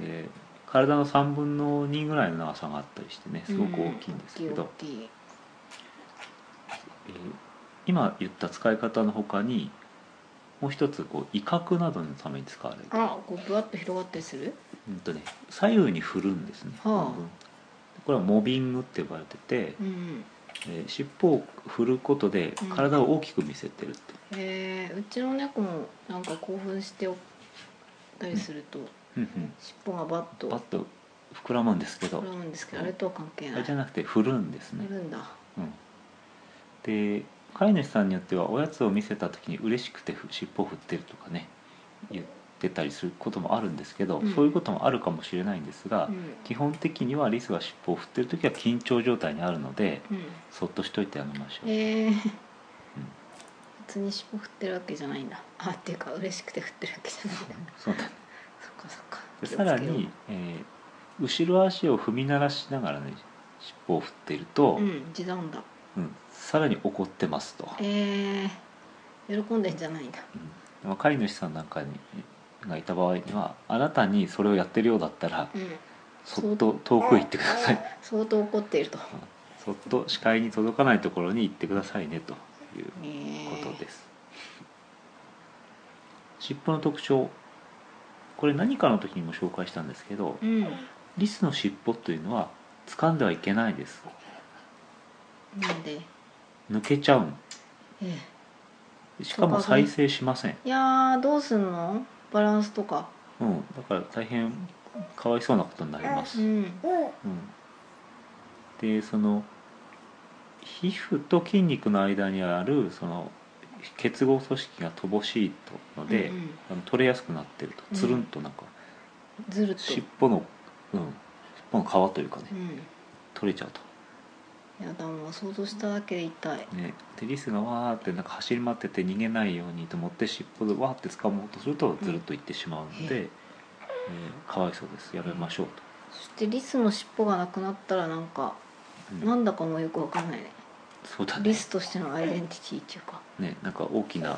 Speaker 1: えー体の3分の2ぐらいの長さがあったりしてねすごく大きいんですけど、
Speaker 2: うん大きい大きい
Speaker 1: えー今言った使い方のほかにもう一つこう威嚇などのために使われる
Speaker 2: あこうぶわっと広がったりする
Speaker 1: うんとね左右に振るんですね、
Speaker 2: はあ
Speaker 1: 半分これはモビングって呼ばれてて、
Speaker 2: うん
Speaker 1: えー尻尾を振ることで
Speaker 2: うん
Speaker 1: 体を大きく見せてるって、
Speaker 2: へえうちの猫もなんか興奮しておったりすると、
Speaker 1: うんうん
Speaker 2: 尻尾がバッと
Speaker 1: パッと膨らむんですけど
Speaker 2: 膨らむんですけどあれとは関係
Speaker 1: あ
Speaker 2: な
Speaker 1: れ
Speaker 2: い
Speaker 1: じゃなくて振るんです
Speaker 2: い
Speaker 1: ね、
Speaker 2: るんだ
Speaker 1: うん、で飼い主さんによってはおやつを見せた時に嬉しくてふ尻尾を振ってるとかね言ってたりすることもあるんですけど、
Speaker 2: うん
Speaker 1: そういうこともあるかもしれないんですが、
Speaker 2: うん
Speaker 1: 基本的にはリスが尻尾を振ってる時は緊張状態にあるので
Speaker 2: うん
Speaker 1: そっとしといてあげましょう、
Speaker 2: ええ別に尻尾振ってるわけじゃないんだあっていうか嬉しくて振ってるわけじゃないんだ
Speaker 1: そうだね
Speaker 2: そっかそっか
Speaker 1: で
Speaker 2: 気をつけ
Speaker 1: さ
Speaker 2: よ
Speaker 1: ら
Speaker 2: う
Speaker 1: に、えー後ろ足を踏み鳴らしながらね尻尾を振ってると
Speaker 2: う、ん自動だ
Speaker 1: うんさらに怒ってますと。
Speaker 2: えー、喜んでんじゃないんだ
Speaker 1: まあ飼い主さんなんかにがいた場合にはあなたにそれをやってるようだったら
Speaker 2: うん
Speaker 1: そっと遠くへ行ってください
Speaker 2: 相当怒っていると
Speaker 1: そっと視界に届かないところに行ってくださいねという
Speaker 2: えー
Speaker 1: ことです尻尾の特徴これ何かの時にも紹介したんですけど
Speaker 2: うん
Speaker 1: リスの尻尾というのは掴んではいけないです
Speaker 2: なんで
Speaker 1: 抜けちゃうん
Speaker 2: えー
Speaker 1: しかも再生しません、
Speaker 2: いやーどうすんのバランスとか
Speaker 1: うん、だから大変かわいそうなことになります
Speaker 2: うん
Speaker 1: うんでその皮膚と筋肉の間にあるその結合組織が乏しいとので、
Speaker 2: うんうん
Speaker 1: あの取れやすくなってると
Speaker 2: うん
Speaker 1: つるんとなんか、
Speaker 2: ずるっと
Speaker 1: 尻尾の、うん、尻尾の皮というかね
Speaker 2: うん
Speaker 1: 取れちゃうと
Speaker 2: やだもう想像しただけで痛い
Speaker 1: ね、でリスがわーってなんか走り回ってて逃げないようにと思って尻尾でわーって掴もうとするとずるっと行ってしまうので、
Speaker 2: うん
Speaker 1: えーかわいそうですやめましょうと、
Speaker 2: そしてリスの尻尾がなくなったらなんか、
Speaker 1: うん
Speaker 2: なんだかもうよくわかんないね
Speaker 1: そうだ
Speaker 2: リ
Speaker 1: ね
Speaker 2: スとしてのアイデンティティっていうか
Speaker 1: ねなんか大きな、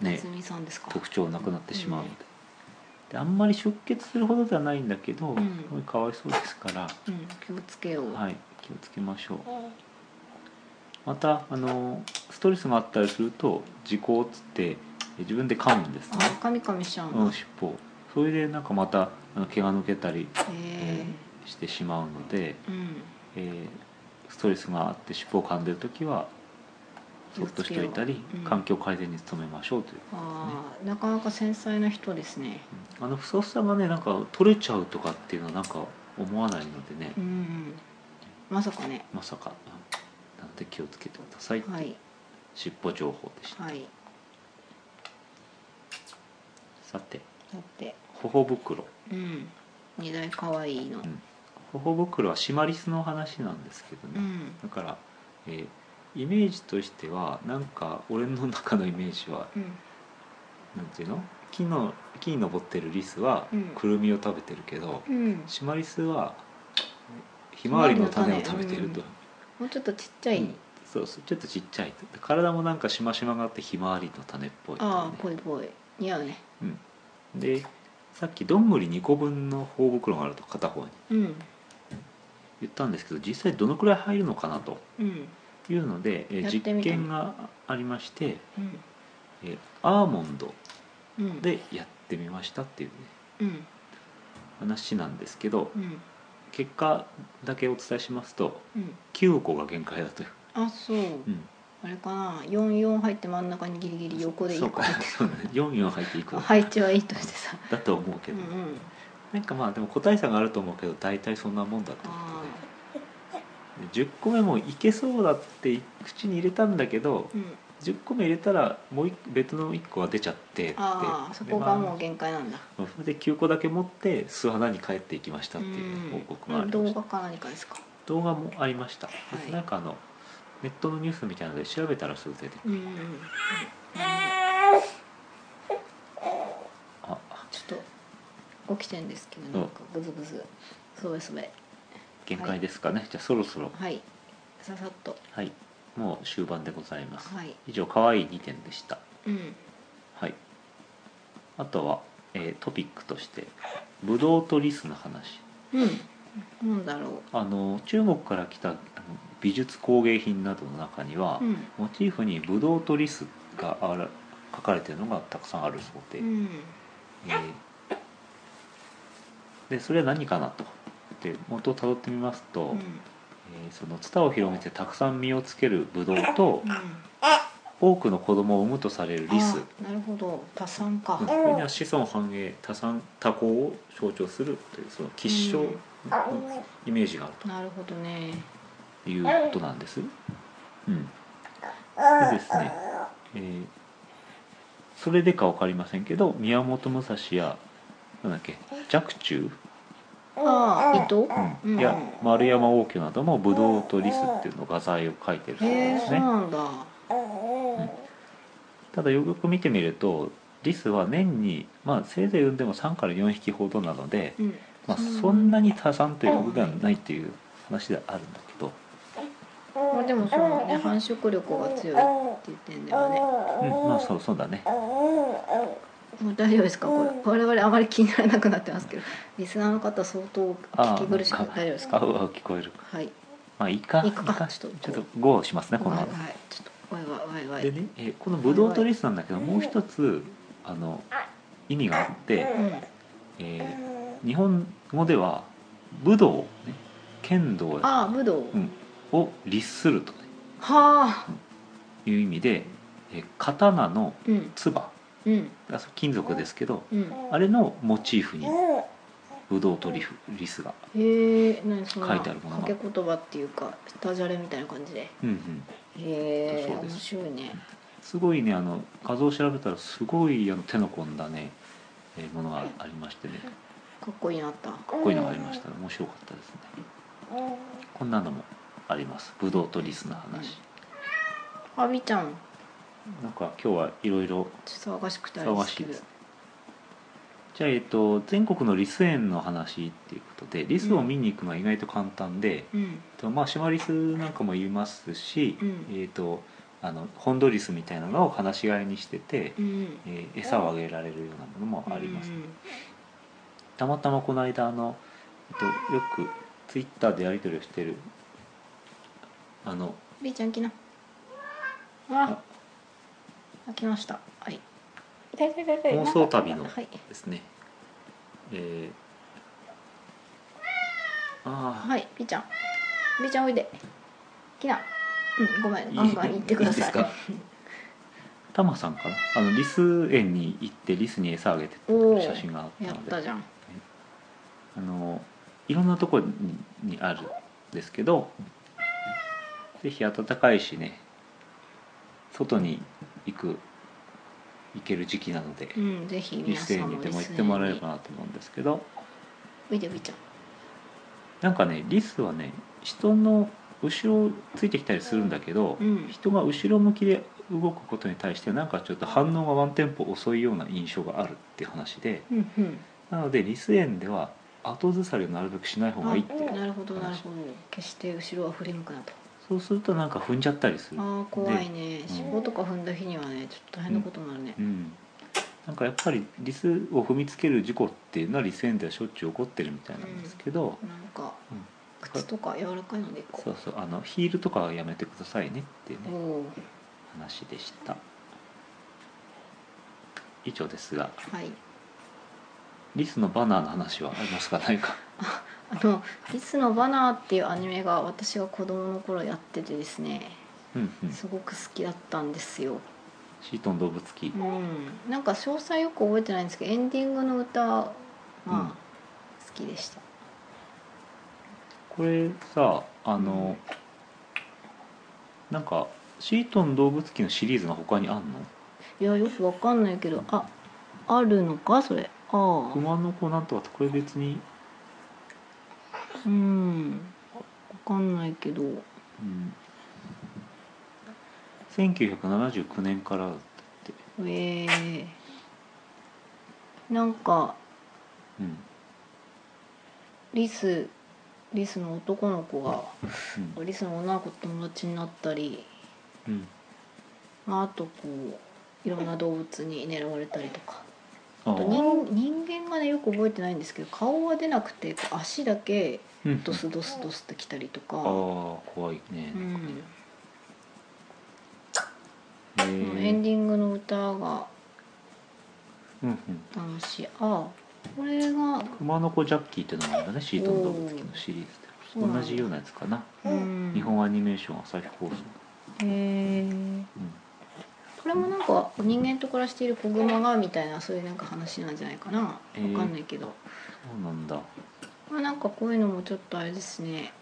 Speaker 1: ね
Speaker 2: 夏、美さんですか
Speaker 1: 特徴なくなってしまうので,、であんまり出血するほどではないんだけど、
Speaker 2: ん
Speaker 1: すごいかわいそうですから、
Speaker 2: うん気をつけよう、
Speaker 1: はい、気をつけましょうまたあのストレスがあったりすると時効っつって自分で噛むんですね
Speaker 2: あカミカミしちゃう
Speaker 1: うんん、
Speaker 2: だ
Speaker 1: 尻尾をそれでなんかまたあの毛が抜けたり
Speaker 2: へ
Speaker 1: してしまうので、
Speaker 2: えうん
Speaker 1: えーストレスがあって尻尾を噛んでる時はそっとしておいたり、
Speaker 2: うん
Speaker 1: 環境改善に努めましょうという、
Speaker 2: ああなかなか繊細な人ですね
Speaker 1: うんあのふさふさがねなんか取れちゃうとかっていうのはなんか思わないのでね、
Speaker 2: うんうんまさかね
Speaker 1: まさかうんなので気をつけてください、
Speaker 2: はい
Speaker 1: 尻尾情報でした、
Speaker 2: はい
Speaker 1: さて
Speaker 2: だって
Speaker 1: 頬袋
Speaker 2: うん二大可愛いの
Speaker 1: うん頬袋はシマリスの話なんですけどね、
Speaker 2: うん
Speaker 1: だから、えーイメージとしてはなんか俺の中のイメージは
Speaker 2: うん
Speaker 1: なんていうの木の木に登ってるリスは
Speaker 2: うん
Speaker 1: くるみを食べてるけど、
Speaker 2: うん
Speaker 1: シマリスはひまわりの種を食べてると、
Speaker 2: もうちょっとちっちゃい、
Speaker 1: うんそうそうちょっとちっちゃいと体もなんかしましまがあってひまわりの種っぽいと
Speaker 2: あ
Speaker 1: ね
Speaker 2: あぽいぽい似合うね
Speaker 1: うん、でさっきどんぐり2個分の頬袋があると片方に
Speaker 2: うん
Speaker 1: 言ったんですけど実際どのくらい入るのかなと
Speaker 2: うん
Speaker 1: いうので、えー
Speaker 2: やって
Speaker 1: 実
Speaker 2: みた
Speaker 1: 験がありまして、
Speaker 2: うん
Speaker 1: えーアーモンド
Speaker 2: うん
Speaker 1: でやってみましたっていうね
Speaker 2: うん
Speaker 1: 話なんですけど
Speaker 2: うん
Speaker 1: 結果だけお伝えしますと
Speaker 2: うん
Speaker 1: 9個が限界だという、
Speaker 2: あそう
Speaker 1: うん、
Speaker 2: あれかな44入って真ん中にギリギリ横でいい
Speaker 1: そう
Speaker 2: 子
Speaker 1: か
Speaker 2: 入って
Speaker 1: そうだね44入っていく
Speaker 2: る配置はいいとしてさ
Speaker 1: だと思うけ
Speaker 2: うん
Speaker 1: ど、
Speaker 2: うん
Speaker 1: なんかまあでも個体差があると思うけど大体そんなもんだというこ
Speaker 2: あ
Speaker 1: とでで10個目もいけそうだって口に入れたんだけど
Speaker 2: あうん
Speaker 1: 10個目入れたらもう一別の1個が出ちゃってって
Speaker 2: ああそこ
Speaker 1: でま
Speaker 2: が
Speaker 1: あ
Speaker 2: もう限界なんだ
Speaker 1: それで9個だけ持って巣穴に帰っていきましたっていう報告がありま
Speaker 2: 動
Speaker 1: した
Speaker 2: 画か何かですか
Speaker 1: 動画もありました、
Speaker 2: い
Speaker 1: なんかあのネットのニュースみたいなので調べたらすぐ出てくる
Speaker 2: うんうんうん
Speaker 1: あ
Speaker 2: ちょっと起きてんですけどなんかグズグズそべそべ
Speaker 1: 限界ですかね、じゃあそろそろ
Speaker 2: はいささっと
Speaker 1: はいもう終盤でございます、
Speaker 2: はい
Speaker 1: 以上可愛い2点でした
Speaker 2: うん
Speaker 1: はいあとは、えートピックとしてブドウとリスの話
Speaker 2: うんなんだろ
Speaker 1: あの中国から来たあの美術工芸品などの中には、
Speaker 2: ううん
Speaker 1: モチーフにブドウとリスがあら描かれてるのがたくさんあるそうで、
Speaker 2: うん
Speaker 1: えーでそれは何かなとで元をたどってみますと、
Speaker 2: うん
Speaker 1: えーそのツタを広げてたくさん実をつけるブドウと
Speaker 2: うん
Speaker 1: 多くの子供を産むとされるリス、
Speaker 2: あなるほど多産か
Speaker 1: うんそれには子孫繁栄多産多幸を象徴するというその吉祥のイメージがある
Speaker 2: なるほどね
Speaker 1: ということなんです。うん、でですね、えーそれでか分かりませんけど宮本武蔵やなんだっけ若冲、
Speaker 2: ああ伊藤
Speaker 1: うん
Speaker 2: うん
Speaker 1: や丸山王家などもブドウとリスっていうのを画材を描いてるそう
Speaker 2: へえ
Speaker 1: です
Speaker 2: そう
Speaker 1: ね。
Speaker 2: なんだ
Speaker 1: ただよくよく見てみるとリスは年に、まあ、せいぜい産んでも3から4匹ほどなので、
Speaker 2: うん
Speaker 1: まあ、
Speaker 2: うん
Speaker 1: そんなに多産ということではないっていう話ではあるんだけど、
Speaker 2: まあでもそのね繁殖力が強いっていう点ではね
Speaker 1: うん、まあそうそうだね
Speaker 2: もう大丈夫ですかこれ我々あまり気にならなくなってますけどリスナーの方相当
Speaker 1: あ
Speaker 2: 聞き苦しくて大丈夫です
Speaker 1: あ
Speaker 2: か
Speaker 1: うわ聞こえる
Speaker 2: はい
Speaker 1: まあいいか
Speaker 2: いいか
Speaker 1: いい
Speaker 2: ちょっと
Speaker 1: ちょっと5をしますねこの
Speaker 2: はいは
Speaker 1: 後
Speaker 2: いちょっとわいわいわいわい
Speaker 1: でね、えーこのブドウとリスなんだけどもう一つあの意味があって、
Speaker 2: うん
Speaker 1: えー日本語では武道、ね、剣道
Speaker 2: ああ武道
Speaker 1: うんを律すると
Speaker 2: はあ
Speaker 1: いう意味で、えー刀の
Speaker 2: うん
Speaker 1: つば
Speaker 2: うん
Speaker 1: あそう金属ですけど
Speaker 2: うん
Speaker 1: あれのモチーフにブドウとリフリスが、
Speaker 2: へえ何そんな
Speaker 1: 書いてあるものが
Speaker 2: 掛け言葉っていうかスタジャレみたいな感じで
Speaker 1: うんうん、
Speaker 2: へえ
Speaker 1: そう
Speaker 2: 面
Speaker 1: です
Speaker 2: 白いね
Speaker 1: すごいねあの画像を調べたらすごいあの手の込んだね、えーものがありましてね
Speaker 2: かっこいいなった
Speaker 1: かっこういうのがありましたね面白かったですねこんなのもありますブドウとリスの話、
Speaker 2: あみちゃん
Speaker 1: なんか今日はいろいろ
Speaker 2: ちょっと騒がしくてあれですけ
Speaker 1: 騒が
Speaker 2: ど
Speaker 1: しいでじゃあ、えっと、全国のリス園の話っていうことでリスを見に行くのは意外と簡単で、
Speaker 2: うん
Speaker 1: えっとまあ、シマリスなんかもいますし、
Speaker 2: うん
Speaker 1: えっとあのホンドリスみたいなのを放し飼いにしてて、
Speaker 2: うん
Speaker 1: えー餌をあげられるようなものもあります、
Speaker 2: うん
Speaker 1: たまたまこの間あの、えっと、よくツイッターでやり取りをしてるあの
Speaker 2: みーちゃん来な
Speaker 1: あ
Speaker 2: ああ来ましたはい痛い痛い痛い痛い
Speaker 1: 妄想旅の
Speaker 2: はい
Speaker 1: ですねえー、ああ
Speaker 2: はい、みーちゃん。みーちゃんおいで。きな。うん、ごめん、ガンガン行ってください。
Speaker 1: いいですか <laughs> タマさんからあのリス園に行ってリスに餌あげて
Speaker 2: お
Speaker 1: る
Speaker 2: ー
Speaker 1: 写真があった
Speaker 2: や
Speaker 1: の
Speaker 2: っ
Speaker 1: で
Speaker 2: たじゃん。
Speaker 1: あのいろんなところににあるんですけどぜひ暖かいしね外に行く行ける時期なので
Speaker 2: うん、ぜひ
Speaker 1: リ
Speaker 2: 皆
Speaker 1: ス
Speaker 2: さ
Speaker 1: 園
Speaker 2: んも
Speaker 1: に
Speaker 2: リ
Speaker 1: でも行っ
Speaker 2: ス園
Speaker 1: てもらえればなと思うんですけど
Speaker 2: おいでみーちゃん。
Speaker 1: なんかねリスはね人の後ろをついてきたりするんだけど、
Speaker 2: うん
Speaker 1: 人が後ろ向きで動くことに対してなんかちょっと反応がワンテンポ遅いような印象があるっていう話で
Speaker 2: うんうん。
Speaker 1: なのでリス園では後ずさりをなるべくしない方がいいっていう
Speaker 2: あなるほどなるほど。決して後ろは振り向くなと。
Speaker 1: そうするとなんか踏んじゃったりする、
Speaker 2: ああ怖いね。
Speaker 1: ん
Speaker 2: 尻尾とか踏んだ日にはね、ちょっと大変なことになるね
Speaker 1: う。ん、なんかやっぱりリスを踏みつける事故っていうのはリス園ではしょっちゅう起こってるみたいなんですけど、
Speaker 2: なんか
Speaker 1: うん
Speaker 2: 靴とか柔らかいのでこ
Speaker 1: そうそうあのヒールとかはやめてくださいねっていう
Speaker 2: う。お
Speaker 1: ね
Speaker 2: おー。
Speaker 1: 話でした以上ですが
Speaker 2: はい。
Speaker 1: リスのバナーの話はありますかないか
Speaker 2: あの「リスのバナー」っていうアニメが私が子供の頃やっててですね
Speaker 1: うんうん
Speaker 2: すごく好きだったんですよ
Speaker 1: シートン動物記
Speaker 2: うん、なんか詳細よく覚えてないんですけどエンディングの歌が
Speaker 1: うん
Speaker 2: 好きでした、
Speaker 1: これさあの、なんかシートン動物記のシリーズの他にあんの
Speaker 2: いやよくわかんないけどああるのかそれああ
Speaker 1: 熊の子なんとかってこれ別に
Speaker 2: うんわかんないけど
Speaker 1: うん、1979年からだって、
Speaker 2: ええなんか
Speaker 1: うん
Speaker 2: リスリスの男の子が
Speaker 1: うん
Speaker 2: リスの女の子と友達になったり
Speaker 1: うん、
Speaker 2: まああとこういろんな動物に狙われたりとか
Speaker 1: あ
Speaker 2: あと人人間がねよく覚えてないんですけど顔は出なくてこう足だけ
Speaker 1: うん
Speaker 2: ドスドスドスってきたりと
Speaker 1: あ
Speaker 2: か、
Speaker 1: ー怖いね
Speaker 2: う、ん、
Speaker 1: へ
Speaker 2: この
Speaker 1: ー
Speaker 2: エンディングの歌が
Speaker 1: うんうん、
Speaker 2: 楽しいあこれが
Speaker 1: 熊の子ジャッキーってのもあるんだねシートン動物記のシリーズで
Speaker 2: おー
Speaker 1: 同じようなやつかな、
Speaker 2: うん
Speaker 1: 日本アニメーション朝日放送、
Speaker 2: へえ
Speaker 1: うん、
Speaker 2: これもなんか人間と暮らしている子グマがみたいなそういうなんか話なんじゃないかなわ
Speaker 1: へー
Speaker 2: かんないけど、
Speaker 1: そうなんだ
Speaker 2: まあ、なんかこういうのもちょっとあれですね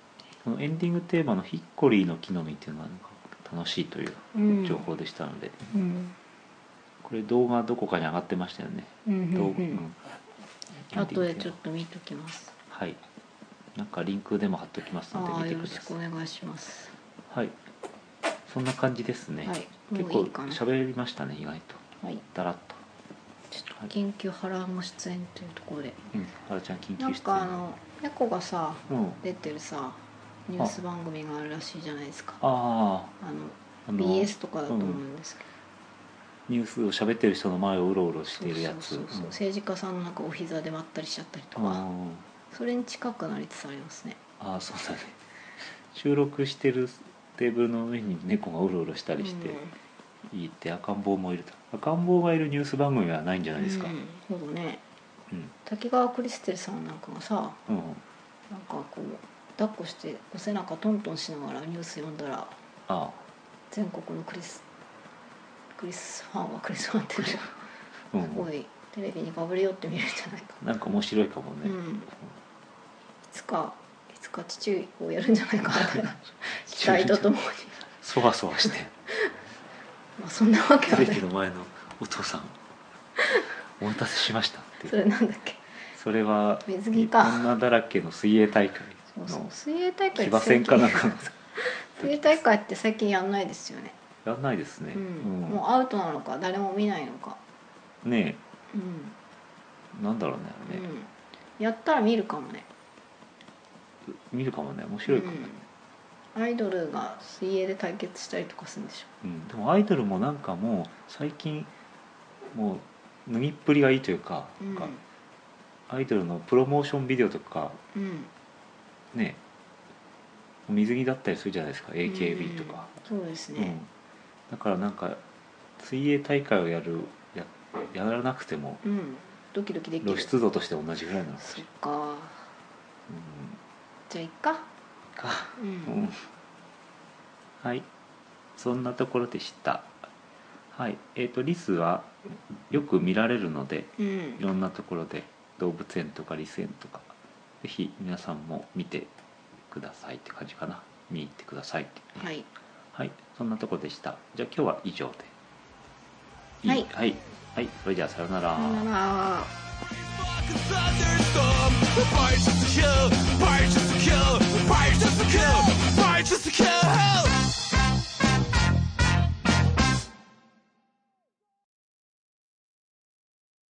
Speaker 1: このエンディングテーマの「ヒッコリーの木の実」っていうのはなんか楽しいという
Speaker 2: うん
Speaker 1: 情報でしたので、
Speaker 2: うん
Speaker 1: これ動画どこかに上がってましたよね、
Speaker 2: うんうん
Speaker 1: 動
Speaker 2: う
Speaker 1: うんん
Speaker 2: あとでちょっと見ときます
Speaker 1: はい。なんかリンクでも貼っておきます
Speaker 2: あ
Speaker 1: の
Speaker 2: あ
Speaker 1: で見
Speaker 2: よ
Speaker 1: てく
Speaker 2: ろし
Speaker 1: だ
Speaker 2: く
Speaker 1: さ
Speaker 2: お
Speaker 1: い。
Speaker 2: 願いします
Speaker 1: はい。そんな感じですね。
Speaker 2: はい
Speaker 1: 結
Speaker 2: もう
Speaker 1: 構
Speaker 2: いいかな
Speaker 1: 喋りましたね意外と。
Speaker 2: はい
Speaker 1: だらっと。
Speaker 2: ちょっと緊急波乱も出演というところで
Speaker 1: うん。あらちゃん緊
Speaker 2: な
Speaker 1: 急
Speaker 2: ん
Speaker 1: 室。
Speaker 2: かあの猫がさ
Speaker 1: うん。
Speaker 2: 出てるさニュース番組があるらしいじゃないですかあ
Speaker 1: ああ。あ
Speaker 2: の
Speaker 1: の
Speaker 2: BS とかだと思うんですけど、
Speaker 1: ニュースを喋ってる人の前をうろうろしているやつ。
Speaker 2: そうそうそ
Speaker 1: う
Speaker 2: う
Speaker 1: ん
Speaker 2: 政治家さんのなんかお膝で待ったりしちゃったりとか、
Speaker 1: あ
Speaker 2: それに近くなりつつありますね
Speaker 1: あ。ああそうだね。収録してるテーブルの上に猫がうろうろしたりしていいって赤ん坊もいると。赤ん坊がいるニュース番組はないんじゃ
Speaker 2: う
Speaker 1: なんいですか。
Speaker 2: うんそうだね
Speaker 1: うん。
Speaker 2: 滝川クリステルさんなんかがさ
Speaker 1: うん。
Speaker 2: なんかこう抱っこしてお背中トントンしながらニュース読んだら
Speaker 1: ああ。
Speaker 2: 全国のクリスクリスファンはクリスファンっていうの
Speaker 1: うん。
Speaker 2: す <laughs> ごいテレビにかぶり寄って見るんじゃないか
Speaker 1: なんか面白いかも
Speaker 2: な、
Speaker 1: ね。
Speaker 2: うん、いつかいつか父をやるんじゃないかみ <laughs> たいな期待と
Speaker 1: <laughs>
Speaker 2: ともに
Speaker 1: そわそわして
Speaker 2: まあそんなわけ
Speaker 1: テ
Speaker 2: は
Speaker 1: レ
Speaker 2: な
Speaker 1: ビ
Speaker 2: い
Speaker 1: の前のお父さんお待たせしましたって
Speaker 2: それなんだっけ
Speaker 1: それは
Speaker 2: 水着か
Speaker 1: 女だらけの水泳大会
Speaker 2: そうそう
Speaker 1: の
Speaker 2: 水泳大会
Speaker 1: 騎馬戦かなん
Speaker 2: 最
Speaker 1: かの
Speaker 2: 冬大会って最近やんないですよね、
Speaker 1: やんないですね、
Speaker 2: うん
Speaker 1: うん
Speaker 2: もうアウトなのか誰も見ないのか、
Speaker 1: ね
Speaker 2: うん
Speaker 1: えなんだろうねあれね、
Speaker 2: うん、やったら見るかもね
Speaker 1: 見るかもね面白いかもね、
Speaker 2: うん、アイドルが水泳で対決したりとかするんでしょ
Speaker 1: うんでもアイドルもなんかもう最近もう脱ぎっぷりがいいというか,、
Speaker 2: うん
Speaker 1: かアイドルのプロモーションビデオとか
Speaker 2: うん
Speaker 1: ね水着だったりするじゃないですか AKB とか、
Speaker 2: うんそうです
Speaker 1: うん
Speaker 2: ね、
Speaker 1: だからなんか水泳大会をやるややらなくても
Speaker 2: うんドキドキできる
Speaker 1: 露出度として同じぐらいなのかし
Speaker 2: そ
Speaker 1: ら
Speaker 2: っかじゃあいっか
Speaker 1: うんか、
Speaker 2: うん、
Speaker 1: うん、はいそんなところでしたはいえっ、とリスはよく見られるので
Speaker 2: うん
Speaker 1: いろんなところで動物園とかリス園とかぜひ皆さんも見てくださいって感じかな見に行ってくださいって
Speaker 2: はい
Speaker 1: はいそんなところでしたじゃあ今日は以上で
Speaker 2: はい
Speaker 1: はい、はいそれじゃあさよな
Speaker 2: さよなら
Speaker 3: thunderstorm. Fire just to kill, fire just to kill, fire just to kill, fire just to kill.